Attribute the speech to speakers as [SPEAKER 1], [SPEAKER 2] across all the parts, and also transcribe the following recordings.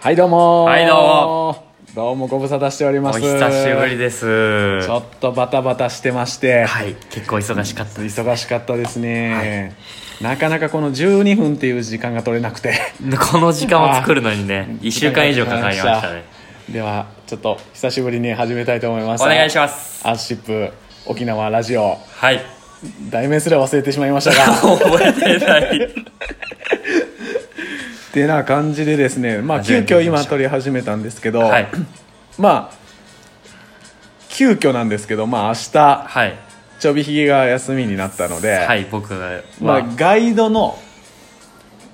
[SPEAKER 1] はいどうもー
[SPEAKER 2] はいどうも
[SPEAKER 1] どうもご無沙汰しておりま
[SPEAKER 2] お
[SPEAKER 1] す
[SPEAKER 2] 久しぶりです
[SPEAKER 1] ちょっとバタバタしてまして、
[SPEAKER 2] はい結構忙しかったです
[SPEAKER 1] 忙しかったですね、なかなかこの12分っていう時間が取れなくて
[SPEAKER 2] この時間を作るのにね1週間以上かかりましたね
[SPEAKER 1] ではちょっと久しぶりに始めたいと思います
[SPEAKER 2] お願いし
[SPEAKER 1] ま
[SPEAKER 2] ます
[SPEAKER 1] アッシップ沖縄ラジオ
[SPEAKER 2] はい
[SPEAKER 1] 題名すら忘れてしまいました が
[SPEAKER 2] 覚えてない
[SPEAKER 1] てな感じでですねまあ
[SPEAKER 2] 始
[SPEAKER 1] 急
[SPEAKER 2] め
[SPEAKER 1] 遽
[SPEAKER 2] てみましょう
[SPEAKER 1] 今撮り始めたんですけど、
[SPEAKER 2] はい
[SPEAKER 1] まあ急遽なんですけどまあ明日
[SPEAKER 2] はい
[SPEAKER 1] ちょびひげが休みになったので、
[SPEAKER 2] はい僕が
[SPEAKER 1] まあ、
[SPEAKER 2] ま
[SPEAKER 1] ガイドの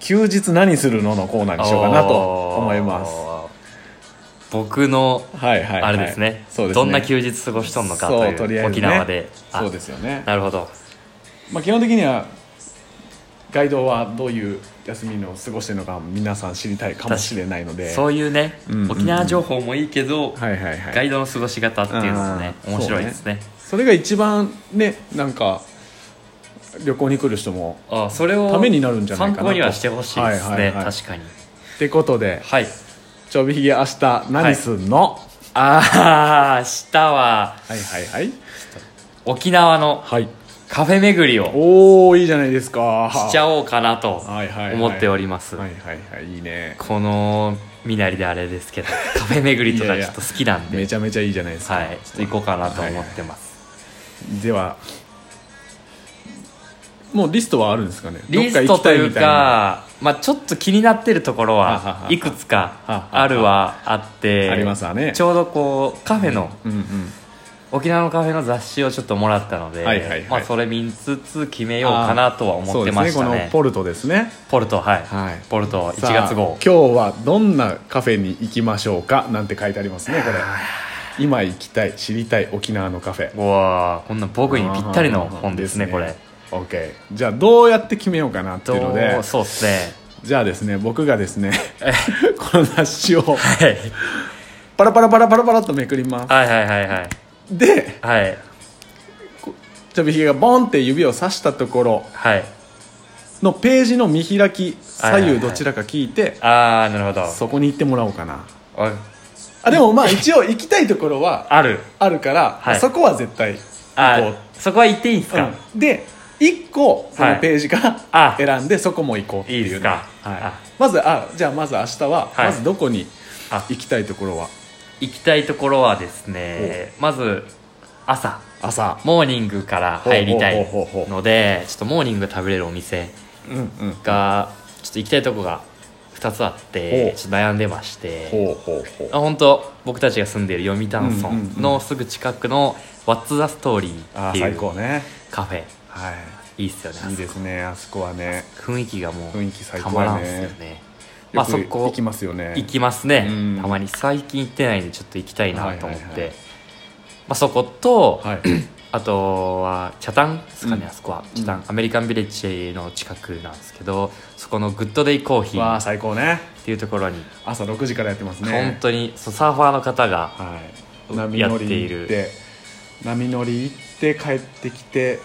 [SPEAKER 1] 休日何するののコーナー
[SPEAKER 2] あ
[SPEAKER 1] にしようかなと思います
[SPEAKER 2] おー僕の
[SPEAKER 1] はいはい、は
[SPEAKER 2] あ
[SPEAKER 1] い、
[SPEAKER 2] れですね
[SPEAKER 1] そうですね
[SPEAKER 2] どんな休日過ごしとんのかと
[SPEAKER 1] そうとり
[SPEAKER 2] い
[SPEAKER 1] あ
[SPEAKER 2] う
[SPEAKER 1] えず
[SPEAKER 2] 沖
[SPEAKER 1] ね
[SPEAKER 2] 縄であ
[SPEAKER 1] そうですよね、
[SPEAKER 2] なるほど
[SPEAKER 1] まあ、基本的にはガイドはどういう休みを過ごしてるのか皆さん知りたいかもしれないので
[SPEAKER 2] そういうね
[SPEAKER 1] んうんうん
[SPEAKER 2] 沖縄情報もいいけど
[SPEAKER 1] はいはいはい
[SPEAKER 2] ガイドの過ごし方っていうのもね
[SPEAKER 1] うん
[SPEAKER 2] 面白いですね
[SPEAKER 1] それが一番ねなんか旅行に来る人も
[SPEAKER 2] あそれを
[SPEAKER 1] ためになるんじゃないかなと
[SPEAKER 2] 参考にはしてほしいですね、
[SPEAKER 1] はいはいはい
[SPEAKER 2] 確かに
[SPEAKER 1] ってことで
[SPEAKER 2] はい
[SPEAKER 1] ちょびひげ明日何すんの、
[SPEAKER 2] ああ明日は
[SPEAKER 1] はい、はいはい
[SPEAKER 2] 沖縄の
[SPEAKER 1] はい
[SPEAKER 2] カフェ巡りを
[SPEAKER 1] おおいいじゃないですか
[SPEAKER 2] しちゃおうかなと
[SPEAKER 1] はいはいはい
[SPEAKER 2] 思っております、
[SPEAKER 1] はいはいはいいいね
[SPEAKER 2] この身なりであれです けどカフェ巡りとかちょっと好きなんで
[SPEAKER 1] めちゃめちゃいいじゃないですか、
[SPEAKER 2] はいちょっと行こうかなと思ってます、
[SPEAKER 1] ではもうリストはあるんですかね
[SPEAKER 2] リストというかまあ、ちょっと気になってるところ
[SPEAKER 1] ははは
[SPEAKER 2] はいくつかあるはあって
[SPEAKER 1] ありますわね
[SPEAKER 2] ちょうどこうカフェの
[SPEAKER 1] どっか行きたいみたいなうん
[SPEAKER 2] 沖縄のカフェの雑誌をちょっともらったので、
[SPEAKER 1] はいはいはい
[SPEAKER 2] まあ、それ見つつ決め
[SPEAKER 1] うん
[SPEAKER 2] ようかなとは思ってまし
[SPEAKER 1] そ
[SPEAKER 2] た
[SPEAKER 1] う
[SPEAKER 2] ね
[SPEAKER 1] ですねこのポルトですね
[SPEAKER 2] ポルトはい、
[SPEAKER 1] はい
[SPEAKER 2] ポルト1
[SPEAKER 1] さあ
[SPEAKER 2] 月号
[SPEAKER 1] 今日はどんなカフェに行きましょうかなんて書いてありますねこれ今行きたい知りたい沖縄のカフェ
[SPEAKER 2] うわーこんな僕にぴったりの本ですねこれ
[SPEAKER 1] オッケーじゃあどうやって決めようかなっていうので
[SPEAKER 2] どうそうっすね
[SPEAKER 1] じゃあですね僕がですね この雑誌を
[SPEAKER 2] はい
[SPEAKER 1] パラパラパラパラパラっとめくります
[SPEAKER 2] はいはいはいはい
[SPEAKER 1] で
[SPEAKER 2] はい
[SPEAKER 1] ちょびひげがボンって指をさしたところ
[SPEAKER 2] はい
[SPEAKER 1] のページの見開き
[SPEAKER 2] はい
[SPEAKER 1] 左
[SPEAKER 2] はいは
[SPEAKER 1] 右
[SPEAKER 2] い
[SPEAKER 1] どちらか聞いて
[SPEAKER 2] ああなるほど
[SPEAKER 1] そこに行ってもらおうかな
[SPEAKER 2] あ
[SPEAKER 1] あでもまあ一応行きたいところは
[SPEAKER 2] ある
[SPEAKER 1] あるから、
[SPEAKER 2] はい
[SPEAKER 1] そこは絶対
[SPEAKER 2] あ
[SPEAKER 1] 行こ
[SPEAKER 2] そこは行っていいんす
[SPEAKER 1] う
[SPEAKER 2] か、
[SPEAKER 1] うんで1個その
[SPEAKER 2] はい
[SPEAKER 1] ページから
[SPEAKER 2] あ
[SPEAKER 1] 選んでそこも行こうってい
[SPEAKER 2] い
[SPEAKER 1] う
[SPEAKER 2] い
[SPEAKER 1] ね
[SPEAKER 2] ですか、
[SPEAKER 1] はい
[SPEAKER 2] あ
[SPEAKER 1] まずあじゃあまず明日は、
[SPEAKER 2] はい
[SPEAKER 1] まずどこに
[SPEAKER 2] あ
[SPEAKER 1] 行きたいところは
[SPEAKER 2] 行きたいところはですねまず朝
[SPEAKER 1] 朝
[SPEAKER 2] モーニングから入りたい
[SPEAKER 1] ほうほうほうほう
[SPEAKER 2] のでちょっとモーニング食べれるお店
[SPEAKER 1] うんうん
[SPEAKER 2] がちょっと行きたいとこが2つあって
[SPEAKER 1] ほう
[SPEAKER 2] ちょっと悩んでまして
[SPEAKER 1] ほうほうほ
[SPEAKER 2] あ
[SPEAKER 1] う
[SPEAKER 2] 本当僕たちが住んでいる読谷村
[SPEAKER 1] うんうんうん
[SPEAKER 2] のすぐ近くの「What's the Story」
[SPEAKER 1] あ
[SPEAKER 2] ってい
[SPEAKER 1] 最
[SPEAKER 2] う
[SPEAKER 1] 高ね
[SPEAKER 2] カフェ
[SPEAKER 1] はい
[SPEAKER 2] いいっすよねあそこ
[SPEAKER 1] いいですねあそこはね
[SPEAKER 2] 雰囲気がもう
[SPEAKER 1] 雰囲気最
[SPEAKER 2] た
[SPEAKER 1] 高
[SPEAKER 2] ま
[SPEAKER 1] やね
[SPEAKER 2] らんっすよねまあ
[SPEAKER 1] よ
[SPEAKER 2] そ
[SPEAKER 1] く
[SPEAKER 2] こ
[SPEAKER 1] 行きますよね
[SPEAKER 2] 行きますね
[SPEAKER 1] うん
[SPEAKER 2] たまに最近行ってないんでちょっと行きたいなと
[SPEAKER 1] は
[SPEAKER 2] 思っ
[SPEAKER 1] いはいはい
[SPEAKER 2] てまあそこと
[SPEAKER 1] はい
[SPEAKER 2] あとは北谷ですかね、
[SPEAKER 1] うん
[SPEAKER 2] あそこは北谷、アメリカンビレッジの近くなんですけどそこのグッドデイコー ヒ
[SPEAKER 1] わ
[SPEAKER 2] ー
[SPEAKER 1] あ
[SPEAKER 2] っ
[SPEAKER 1] 最高ね
[SPEAKER 2] ていうところに、
[SPEAKER 1] 朝6時からやってますね
[SPEAKER 2] 本当にそうサーファーの方が
[SPEAKER 1] はい、
[SPEAKER 2] や
[SPEAKER 1] 波乗り
[SPEAKER 2] や
[SPEAKER 1] 行っ
[SPEAKER 2] ってい
[SPEAKER 1] て波乗り行って帰ってきて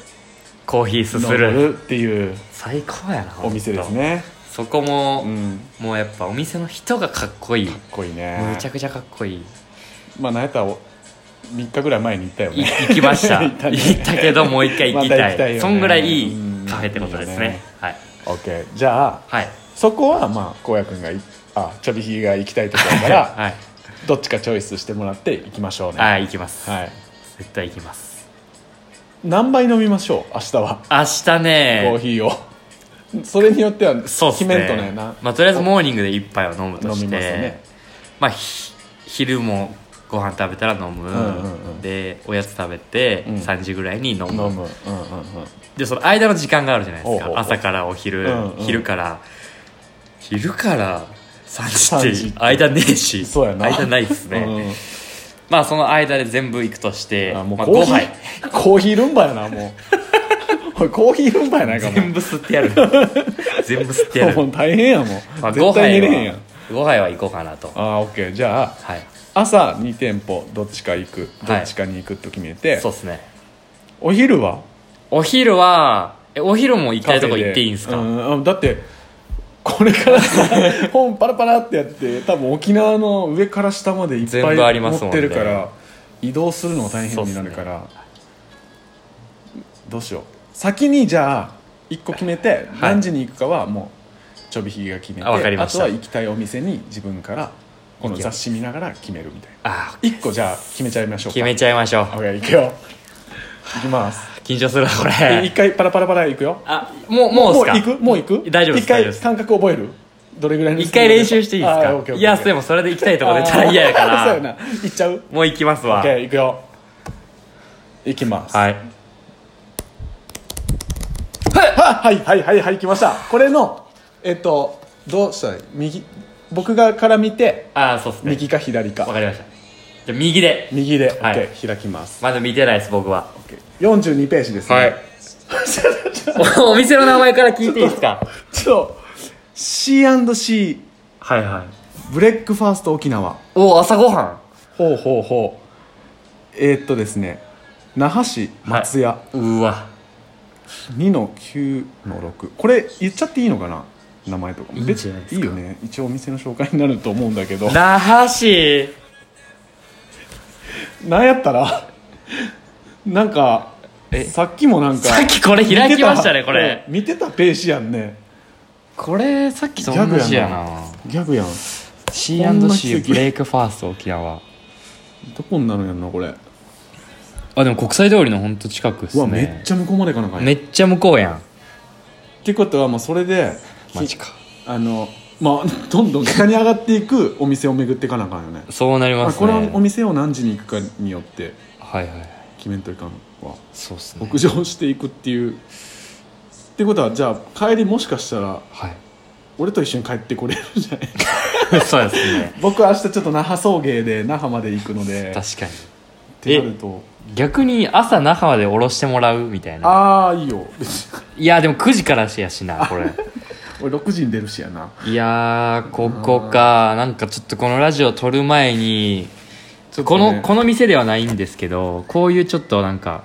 [SPEAKER 2] コーヒーすす
[SPEAKER 1] 乗
[SPEAKER 2] る
[SPEAKER 1] るっていう
[SPEAKER 2] 最高やな
[SPEAKER 1] お店です
[SPEAKER 2] 本
[SPEAKER 1] ね
[SPEAKER 2] 当そこも、
[SPEAKER 1] うん
[SPEAKER 2] もうやっぱお店の人がかっこいい
[SPEAKER 1] かっこいいね
[SPEAKER 2] むちゃくちゃかっこいい
[SPEAKER 1] まあ何やったらお3日ぐらい前に行ったよ
[SPEAKER 2] い
[SPEAKER 1] ね
[SPEAKER 2] 行きました
[SPEAKER 1] 行ったね
[SPEAKER 2] 行ったけどもう一回行きたい,、
[SPEAKER 1] また行きたいよね
[SPEAKER 2] そんぐらいい
[SPEAKER 1] うん
[SPEAKER 2] いカフェってことですね
[SPEAKER 1] いいよね
[SPEAKER 2] はい
[SPEAKER 1] OK じゃあ
[SPEAKER 2] はい
[SPEAKER 1] そこはまあ荒野君がいあちょびひげが行きたいところか ら
[SPEAKER 2] はい、
[SPEAKER 1] どっちかチョイスしてもらって行きましょうね
[SPEAKER 2] はい、行きます、
[SPEAKER 1] はい
[SPEAKER 2] 絶対行きます
[SPEAKER 1] 何杯飲みましょう明日は
[SPEAKER 2] 明日
[SPEAKER 1] コ
[SPEAKER 2] ね
[SPEAKER 1] ーヒーを それによっては
[SPEAKER 2] そうっ
[SPEAKER 1] 決
[SPEAKER 2] す
[SPEAKER 1] めんと
[SPEAKER 2] ね
[SPEAKER 1] ねな
[SPEAKER 2] まあ、とりあえずモーニングで一杯を飲む
[SPEAKER 1] 飲
[SPEAKER 2] と
[SPEAKER 1] み
[SPEAKER 2] して
[SPEAKER 1] ますね
[SPEAKER 2] まあ、ひ昼もご飯食べたら飲む、
[SPEAKER 1] んうんうん
[SPEAKER 2] でおやつ食べて
[SPEAKER 1] うん
[SPEAKER 2] 3時ぐらいに飲
[SPEAKER 1] 飲
[SPEAKER 2] む、
[SPEAKER 1] むうんうんうん
[SPEAKER 2] でその間の時間があるじゃないですか
[SPEAKER 1] おうおうおう
[SPEAKER 2] 朝からお昼、
[SPEAKER 1] うんうん
[SPEAKER 2] 昼から昼から3時
[SPEAKER 1] 3時
[SPEAKER 2] っ
[SPEAKER 1] って
[SPEAKER 2] て間ねえし
[SPEAKER 1] そうやな
[SPEAKER 2] 間ないですね、
[SPEAKER 1] うん
[SPEAKER 2] まあその間で全部行くとして
[SPEAKER 1] あもう
[SPEAKER 2] まあ、
[SPEAKER 1] コー
[SPEAKER 2] 5
[SPEAKER 1] ヒ
[SPEAKER 2] 杯
[SPEAKER 1] ー、 コーヒールンバやなもう おいコーヒールンバやないかも
[SPEAKER 2] 全部吸って やる全部吸ってや
[SPEAKER 1] うも
[SPEAKER 2] る、
[SPEAKER 1] う大変やもう、
[SPEAKER 2] まあ、5
[SPEAKER 1] 絶対
[SPEAKER 2] 杯
[SPEAKER 1] 寝れへんやん
[SPEAKER 2] は5杯は行こうかなと
[SPEAKER 1] ああー OK じゃあ
[SPEAKER 2] はい
[SPEAKER 1] 朝2店舗どっちか行くど
[SPEAKER 2] はい
[SPEAKER 1] っちかに行くと決めて、
[SPEAKER 2] そうですね
[SPEAKER 1] お昼は
[SPEAKER 2] お昼はえお昼も行きたいとこ行っていいんですか、
[SPEAKER 1] うんうんだってこれから さ本パラパラってやって多分沖縄の上から下までいっぱ
[SPEAKER 2] 全部あ
[SPEAKER 1] い
[SPEAKER 2] りま
[SPEAKER 1] 持
[SPEAKER 2] すも
[SPEAKER 1] っ
[SPEAKER 2] ん
[SPEAKER 1] て
[SPEAKER 2] ね
[SPEAKER 1] るから、移動するのが大変になるから、どうしよう先にじゃあ1個決めて
[SPEAKER 2] はい
[SPEAKER 1] 何時に行くかはもうちょびひげが決めて、
[SPEAKER 2] あわかり
[SPEAKER 1] あ
[SPEAKER 2] まし
[SPEAKER 1] と
[SPEAKER 2] た
[SPEAKER 1] は行きたいお店に自分からこの雑誌見ながら決めるみたいな
[SPEAKER 2] あー
[SPEAKER 1] 1個じゃあ決めちゃいましょうか
[SPEAKER 2] 決めちゃいましょう
[SPEAKER 1] OK 行く よ行きます
[SPEAKER 2] 緊張するなこ
[SPEAKER 1] え
[SPEAKER 2] れ
[SPEAKER 1] 一回パラパラパラ行くよ
[SPEAKER 2] あもうもうっすか
[SPEAKER 1] もう行くもう行く
[SPEAKER 2] 大丈夫です
[SPEAKER 1] 一回
[SPEAKER 2] 大丈夫です
[SPEAKER 1] 感覚覚えるどれぐらいの
[SPEAKER 2] 一回練習していいです
[SPEAKER 1] あーオッケー
[SPEAKER 2] か
[SPEAKER 1] オッケー
[SPEAKER 2] いやで
[SPEAKER 1] も
[SPEAKER 2] もそれで行きたいとこ出たら嫌やか
[SPEAKER 1] そうやな
[SPEAKER 2] ら
[SPEAKER 1] 行っちゃう
[SPEAKER 2] もう行きます
[SPEAKER 1] オッ
[SPEAKER 2] わ
[SPEAKER 1] ケー行くよ行きます
[SPEAKER 2] はい
[SPEAKER 1] ははいはいはいはい来ましたこれのえっとどうしたらいい右僕がから見て
[SPEAKER 2] ああそうっすね
[SPEAKER 1] 右か左
[SPEAKER 2] わ
[SPEAKER 1] か
[SPEAKER 2] かりましたじゃあ右で
[SPEAKER 1] 右で、
[SPEAKER 2] はい
[SPEAKER 1] オッケー開きます
[SPEAKER 2] まだ見てないです僕は
[SPEAKER 1] 42ページですね、
[SPEAKER 2] おお店の名前から聞いていいですか
[SPEAKER 1] ちょっと C&C
[SPEAKER 2] はいはい
[SPEAKER 1] ブレックファースト沖縄
[SPEAKER 2] おお朝ごはん
[SPEAKER 1] ほうほうほうえーっとですね那覇市松屋
[SPEAKER 2] うわ
[SPEAKER 1] 2の9の6これ言っちゃっていいのかな名前とかも
[SPEAKER 2] いいんじゃないですか
[SPEAKER 1] よね一応お店の紹介になると思うんだけど
[SPEAKER 2] 那覇市
[SPEAKER 1] なんやったらなんか
[SPEAKER 2] え
[SPEAKER 1] さっきもなんか
[SPEAKER 2] さっきこれ開きましたねこれ
[SPEAKER 1] 見てたうん見てたページやんね
[SPEAKER 2] これさっきと同じやな
[SPEAKER 1] ギャグやん
[SPEAKER 2] C&C ブレイクファースト沖縄
[SPEAKER 1] どこになるんやんなこれう
[SPEAKER 2] あでも国際通りのほんと近くっすね
[SPEAKER 1] わめっちゃ向こうまでかなか
[SPEAKER 2] め
[SPEAKER 1] っ
[SPEAKER 2] っちゃ向こうやん
[SPEAKER 1] てことはもうそれで
[SPEAKER 2] マジか
[SPEAKER 1] あのまあどんどん北に上がっていくお店を巡っていかなあかんよね
[SPEAKER 2] そうなりま
[SPEAKER 1] あ
[SPEAKER 2] す
[SPEAKER 1] こ
[SPEAKER 2] ね
[SPEAKER 1] のお店を何時に行くかによって
[SPEAKER 2] はいはいはい
[SPEAKER 1] 決めんといかんわ
[SPEAKER 2] そうっすね
[SPEAKER 1] 北上していくっていうってことはじゃあ帰りもしかしたら
[SPEAKER 2] はい
[SPEAKER 1] 俺と一緒に帰ってこれるんじゃない
[SPEAKER 2] そうですね
[SPEAKER 1] 僕明日ちょっと那覇送迎で那覇まで行くのでっ
[SPEAKER 2] 確か
[SPEAKER 1] てなると
[SPEAKER 2] に逆に朝那覇まで降ろしてもらうみたいな
[SPEAKER 1] ああいいよ別に
[SPEAKER 2] いやでも9時からやしな これ
[SPEAKER 1] 俺6時に出るしやない
[SPEAKER 2] やーここかなんかちょっとこのラジオ撮る前に
[SPEAKER 1] ちょっ
[SPEAKER 2] こと
[SPEAKER 1] ね
[SPEAKER 2] のこの店ではないんですけどこういうちょっとなんか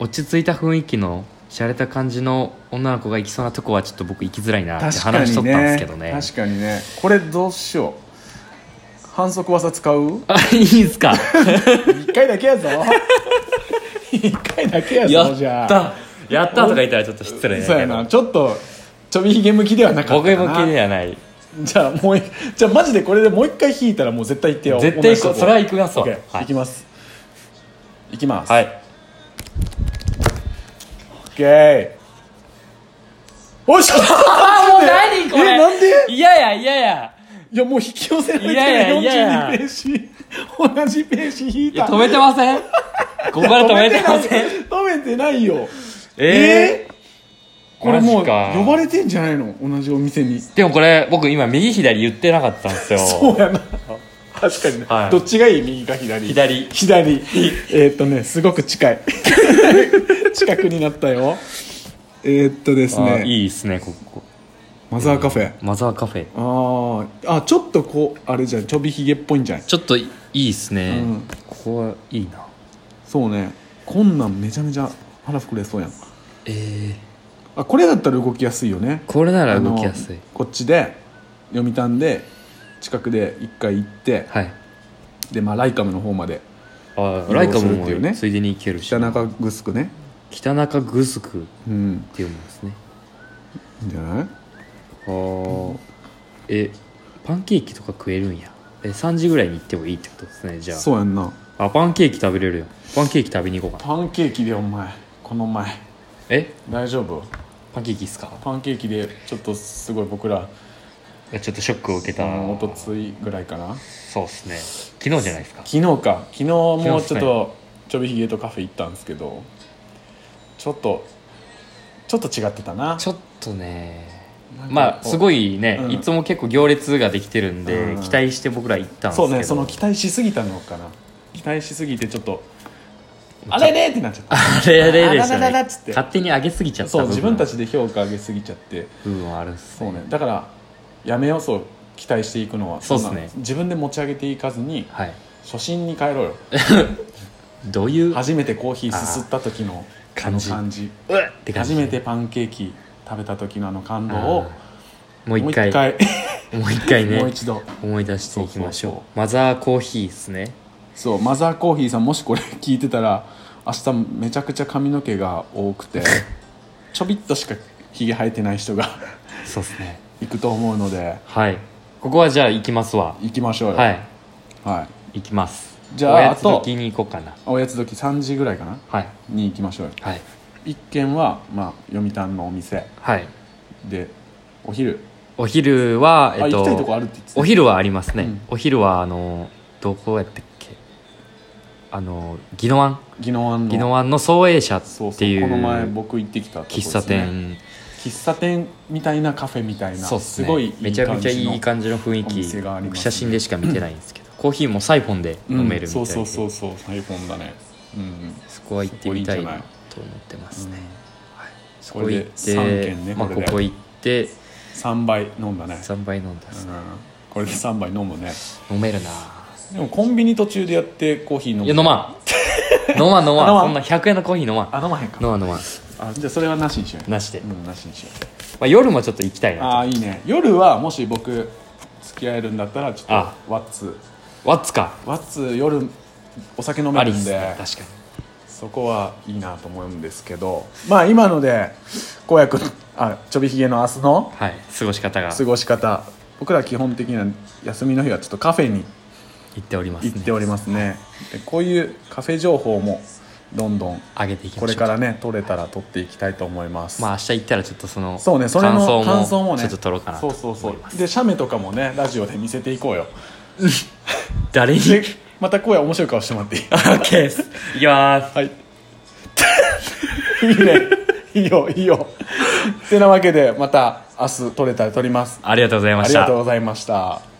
[SPEAKER 2] 落ち着いた雰囲気の洒落た感じの女の子が行きそうなとこはちょっと僕行きづらいなって
[SPEAKER 1] 確か
[SPEAKER 2] 話しと
[SPEAKER 1] に
[SPEAKER 2] ったんですけ
[SPEAKER 1] ね
[SPEAKER 2] どね
[SPEAKER 1] 確かにねこれどうしよう反則技使 う
[SPEAKER 2] あいいんすか
[SPEAKER 1] 一回だけや ぞ一回だけやぞ
[SPEAKER 2] やっ
[SPEAKER 1] じゃあ
[SPEAKER 2] たやったとか言ったらちょっと失礼
[SPEAKER 1] そう
[SPEAKER 2] だ
[SPEAKER 1] や
[SPEAKER 2] け
[SPEAKER 1] な
[SPEAKER 2] ど
[SPEAKER 1] ちょっとちょびひげ向きではなかっ
[SPEAKER 2] 僕
[SPEAKER 1] たか
[SPEAKER 2] 向
[SPEAKER 1] な
[SPEAKER 2] きではない
[SPEAKER 1] じゃあもういじゃあマジでこれでもう一回引いたらもう絶対行ってよ
[SPEAKER 2] 絶対行こう
[SPEAKER 1] 同じと
[SPEAKER 2] それは行きますわ
[SPEAKER 1] OK
[SPEAKER 2] はい
[SPEAKER 1] 行きます行きます
[SPEAKER 2] はい
[SPEAKER 1] オッケーおいしょあ
[SPEAKER 2] もう何これ
[SPEAKER 1] えなんで
[SPEAKER 2] いやいやいやいや
[SPEAKER 1] いやもう引き寄せられてる
[SPEAKER 2] いやいやい
[SPEAKER 1] 42
[SPEAKER 2] や
[SPEAKER 1] ページ同じページ引い
[SPEAKER 2] いや
[SPEAKER 1] た
[SPEAKER 2] 止めてませんここから止めてません
[SPEAKER 1] ん止めてないよ
[SPEAKER 2] え
[SPEAKER 1] ーこれもう
[SPEAKER 2] マジか
[SPEAKER 1] 呼ばれてんじゃないの同じお店に
[SPEAKER 2] でもこれ僕今右左言ってなかったんですよ
[SPEAKER 1] そうやな確かにね、
[SPEAKER 2] はい
[SPEAKER 1] どっちがいい右か左
[SPEAKER 2] 左
[SPEAKER 1] 左えーっとねすごく近い 近くになったよえーっとです
[SPEAKER 2] あ
[SPEAKER 1] ね
[SPEAKER 2] いいですねここ
[SPEAKER 1] マザーカフェ
[SPEAKER 2] マザーカフェ
[SPEAKER 1] あーあちょっとこうあれじゃんちょびひげっぽいんじゃない
[SPEAKER 2] ちょっといいですね、
[SPEAKER 1] うん
[SPEAKER 2] ここはいいな
[SPEAKER 1] そうねこんなんめちゃめちゃ腹膨れそうやん
[SPEAKER 2] え
[SPEAKER 1] あこれだったら動きやすいよね
[SPEAKER 2] これなら動きやす
[SPEAKER 1] あ
[SPEAKER 2] い
[SPEAKER 1] のこっちで読谷で近くで一回行って
[SPEAKER 2] はい
[SPEAKER 1] でまあライカムの方まで
[SPEAKER 2] あ
[SPEAKER 1] 移動
[SPEAKER 2] ライカ
[SPEAKER 1] す
[SPEAKER 2] ム
[SPEAKER 1] るっ
[SPEAKER 2] も
[SPEAKER 1] ていうね
[SPEAKER 2] ついでに行けるし
[SPEAKER 1] 北中城ね
[SPEAKER 2] 北中グスクっ
[SPEAKER 1] うん
[SPEAKER 2] ていうもんですね
[SPEAKER 1] いいんじゃない
[SPEAKER 2] あーえパンケーキとか食えるんやえ3時ぐらいに行ってもいいってことですねじゃ
[SPEAKER 1] そうやんな
[SPEAKER 2] ああパンケーキ食べれるよパンケーキ食べに行こうかな
[SPEAKER 1] パンケーキでお前この前
[SPEAKER 2] え
[SPEAKER 1] 大丈夫
[SPEAKER 2] パンケーキっすか
[SPEAKER 1] パンケーキでちょっとすごい僕ら
[SPEAKER 2] いやちょっとショックを受けた
[SPEAKER 1] おとついぐらいかな
[SPEAKER 2] そうっすね昨日じゃないですか
[SPEAKER 1] 昨日か昨日も
[SPEAKER 2] 昨日っ
[SPEAKER 1] ち
[SPEAKER 2] す
[SPEAKER 1] ょっ
[SPEAKER 2] ね
[SPEAKER 1] とちょびひげとカフェ行ったんですけどちょっとちょっと違ってたな
[SPEAKER 2] ちょっとね
[SPEAKER 1] なんか
[SPEAKER 2] まあ
[SPEAKER 1] こう
[SPEAKER 2] すごいね、
[SPEAKER 1] うん
[SPEAKER 2] いつも結構行列ができてるんで、
[SPEAKER 1] うん
[SPEAKER 2] 期待して僕ら行ったんですけ
[SPEAKER 1] そ
[SPEAKER 2] ど
[SPEAKER 1] うねその期待しすぎたのかな期待しすぎてちょっとあれれってなっちゃった
[SPEAKER 2] あれあれ
[SPEAKER 1] あ
[SPEAKER 2] でし
[SPEAKER 1] ら
[SPEAKER 2] た
[SPEAKER 1] らら
[SPEAKER 2] ね
[SPEAKER 1] っつって
[SPEAKER 2] 勝手に上げすぎちゃった
[SPEAKER 1] そう自分た
[SPEAKER 2] ち
[SPEAKER 1] ちで評価上げすぎちゃって
[SPEAKER 2] 部分はあるっす
[SPEAKER 1] そ
[SPEAKER 2] ね
[SPEAKER 1] うねだからやめようそう期待していくのは
[SPEAKER 2] そうっすね
[SPEAKER 1] んな自分で持ち上げていかずに
[SPEAKER 2] はい
[SPEAKER 1] 初心に帰ろうよ
[SPEAKER 2] どういうっ
[SPEAKER 1] 初めてコーヒーすすった時の
[SPEAKER 2] あー感じ
[SPEAKER 1] あの感じ
[SPEAKER 2] て感じ
[SPEAKER 1] 初めてパンケーキ食べた時のあの感動を
[SPEAKER 2] あもう一回
[SPEAKER 1] もう一
[SPEAKER 2] もう一回
[SPEAKER 1] 回 もう
[SPEAKER 2] ね
[SPEAKER 1] 一度
[SPEAKER 2] 思い出していきましょう
[SPEAKER 1] そうそう
[SPEAKER 2] マザーコーヒーですね
[SPEAKER 1] そうマザーコーヒーさんもしこれ聞いてたら明日めちゃくちゃ髪の毛が多く てちょびっとしかひげ生えてない人が
[SPEAKER 2] そうですね
[SPEAKER 1] 行くと思うので
[SPEAKER 2] はいここはじゃあ行きますわ
[SPEAKER 1] 行きましょうよ
[SPEAKER 2] はい
[SPEAKER 1] はい
[SPEAKER 2] 行きます
[SPEAKER 1] じゃあ
[SPEAKER 2] おやつ時に行こうかな
[SPEAKER 1] おやつ時3時ぐらいかな
[SPEAKER 2] はい
[SPEAKER 1] に行きましょうよ
[SPEAKER 2] はい
[SPEAKER 1] 一軒は、まあ、読谷のお店
[SPEAKER 2] はい
[SPEAKER 1] でお昼、
[SPEAKER 2] お昼はえっ
[SPEAKER 1] あ行きたいと
[SPEAKER 2] と
[SPEAKER 1] こあるって言ってた
[SPEAKER 2] お昼はありますね、
[SPEAKER 1] うん
[SPEAKER 2] お昼はあのどこやったっけあの宜野湾
[SPEAKER 1] 宜野湾の
[SPEAKER 2] 宜野湾の創営者っ
[SPEAKER 1] そうそ
[SPEAKER 2] て
[SPEAKER 1] う
[SPEAKER 2] いう
[SPEAKER 1] この前僕行ってきたとこですね
[SPEAKER 2] 喫茶店
[SPEAKER 1] 喫茶店みたいなカフェみたいな
[SPEAKER 2] そうっす
[SPEAKER 1] す
[SPEAKER 2] ね
[SPEAKER 1] ごいいい
[SPEAKER 2] めちゃくちゃ
[SPEAKER 1] 感じの
[SPEAKER 2] いい感じの雰囲
[SPEAKER 1] お店があり
[SPEAKER 2] 気、
[SPEAKER 1] ますね
[SPEAKER 2] 写真でしか見てないんですけど、コーヒーもサイフォンで飲め
[SPEAKER 1] うん、
[SPEAKER 2] るみたいで、
[SPEAKER 1] そうそうそうそうサイフォンだねうん
[SPEAKER 2] そこは行ってみたい
[SPEAKER 1] そこいいんじゃな
[SPEAKER 2] ないと思ってますね、そ
[SPEAKER 1] こ
[SPEAKER 2] こ
[SPEAKER 1] れ
[SPEAKER 2] 行っ
[SPEAKER 1] で
[SPEAKER 2] て
[SPEAKER 1] 3軒ね
[SPEAKER 2] まあ、
[SPEAKER 1] こ
[SPEAKER 2] こ
[SPEAKER 1] れで
[SPEAKER 2] こ行って
[SPEAKER 1] 3杯飲んだね、うん、
[SPEAKER 2] 3杯飲んだっす、
[SPEAKER 1] これで3杯飲むね
[SPEAKER 2] 飲めるな
[SPEAKER 1] でもコンビニ途中でやってコーヒー飲む
[SPEAKER 2] いや飲まん 飲まん飲まん
[SPEAKER 1] 飲まん
[SPEAKER 2] そんな100円のコーヒー飲まん
[SPEAKER 1] あ飲まへんか
[SPEAKER 2] 飲まん飲まん
[SPEAKER 1] あじゃあそれはなしにしよう
[SPEAKER 2] なしで、
[SPEAKER 1] う
[SPEAKER 2] ま
[SPEAKER 1] んなしにしよう
[SPEAKER 2] あ、夜もちょっと行きたいな
[SPEAKER 1] ああいいね夜はもし僕付き合えるんだったらちょっと
[SPEAKER 2] あ
[SPEAKER 1] ワッツ
[SPEAKER 2] ワッツか
[SPEAKER 1] ワッツ夜お酒飲
[SPEAKER 2] あ
[SPEAKER 1] め
[SPEAKER 2] りっ
[SPEAKER 1] るん
[SPEAKER 2] す
[SPEAKER 1] で
[SPEAKER 2] ね確かに
[SPEAKER 1] そこはいいなと思うんですけどまあ今のでこうやくんあちょびひげの明日の
[SPEAKER 2] はい過ごし方が
[SPEAKER 1] 過ごし方僕ら基本的には休みの日はちょっとカフェに
[SPEAKER 2] 言っておりますね
[SPEAKER 1] 行っておりますねでこういうカフェ情報もどんどん
[SPEAKER 2] 上げていきましょ
[SPEAKER 1] こ
[SPEAKER 2] う
[SPEAKER 1] れからね取れたら取っていきたいと思います、
[SPEAKER 2] まあ明日行ったらちょっとその
[SPEAKER 1] そうねそれの感想もね
[SPEAKER 2] ちょっと取ろうかなと
[SPEAKER 1] そう
[SPEAKER 2] 思います
[SPEAKER 1] そうそうで写メとかもねラジオで見せていこうよ
[SPEAKER 2] 誰にオ
[SPEAKER 1] でまたこうや面白い顔してもらっていい
[SPEAKER 2] ッケー ですいきます
[SPEAKER 1] はい いいねいいよいいよてなわけでまた明日取れたら取ります
[SPEAKER 2] ありがとうございま
[SPEAKER 1] あ
[SPEAKER 2] し
[SPEAKER 1] りがとう
[SPEAKER 2] た
[SPEAKER 1] ございました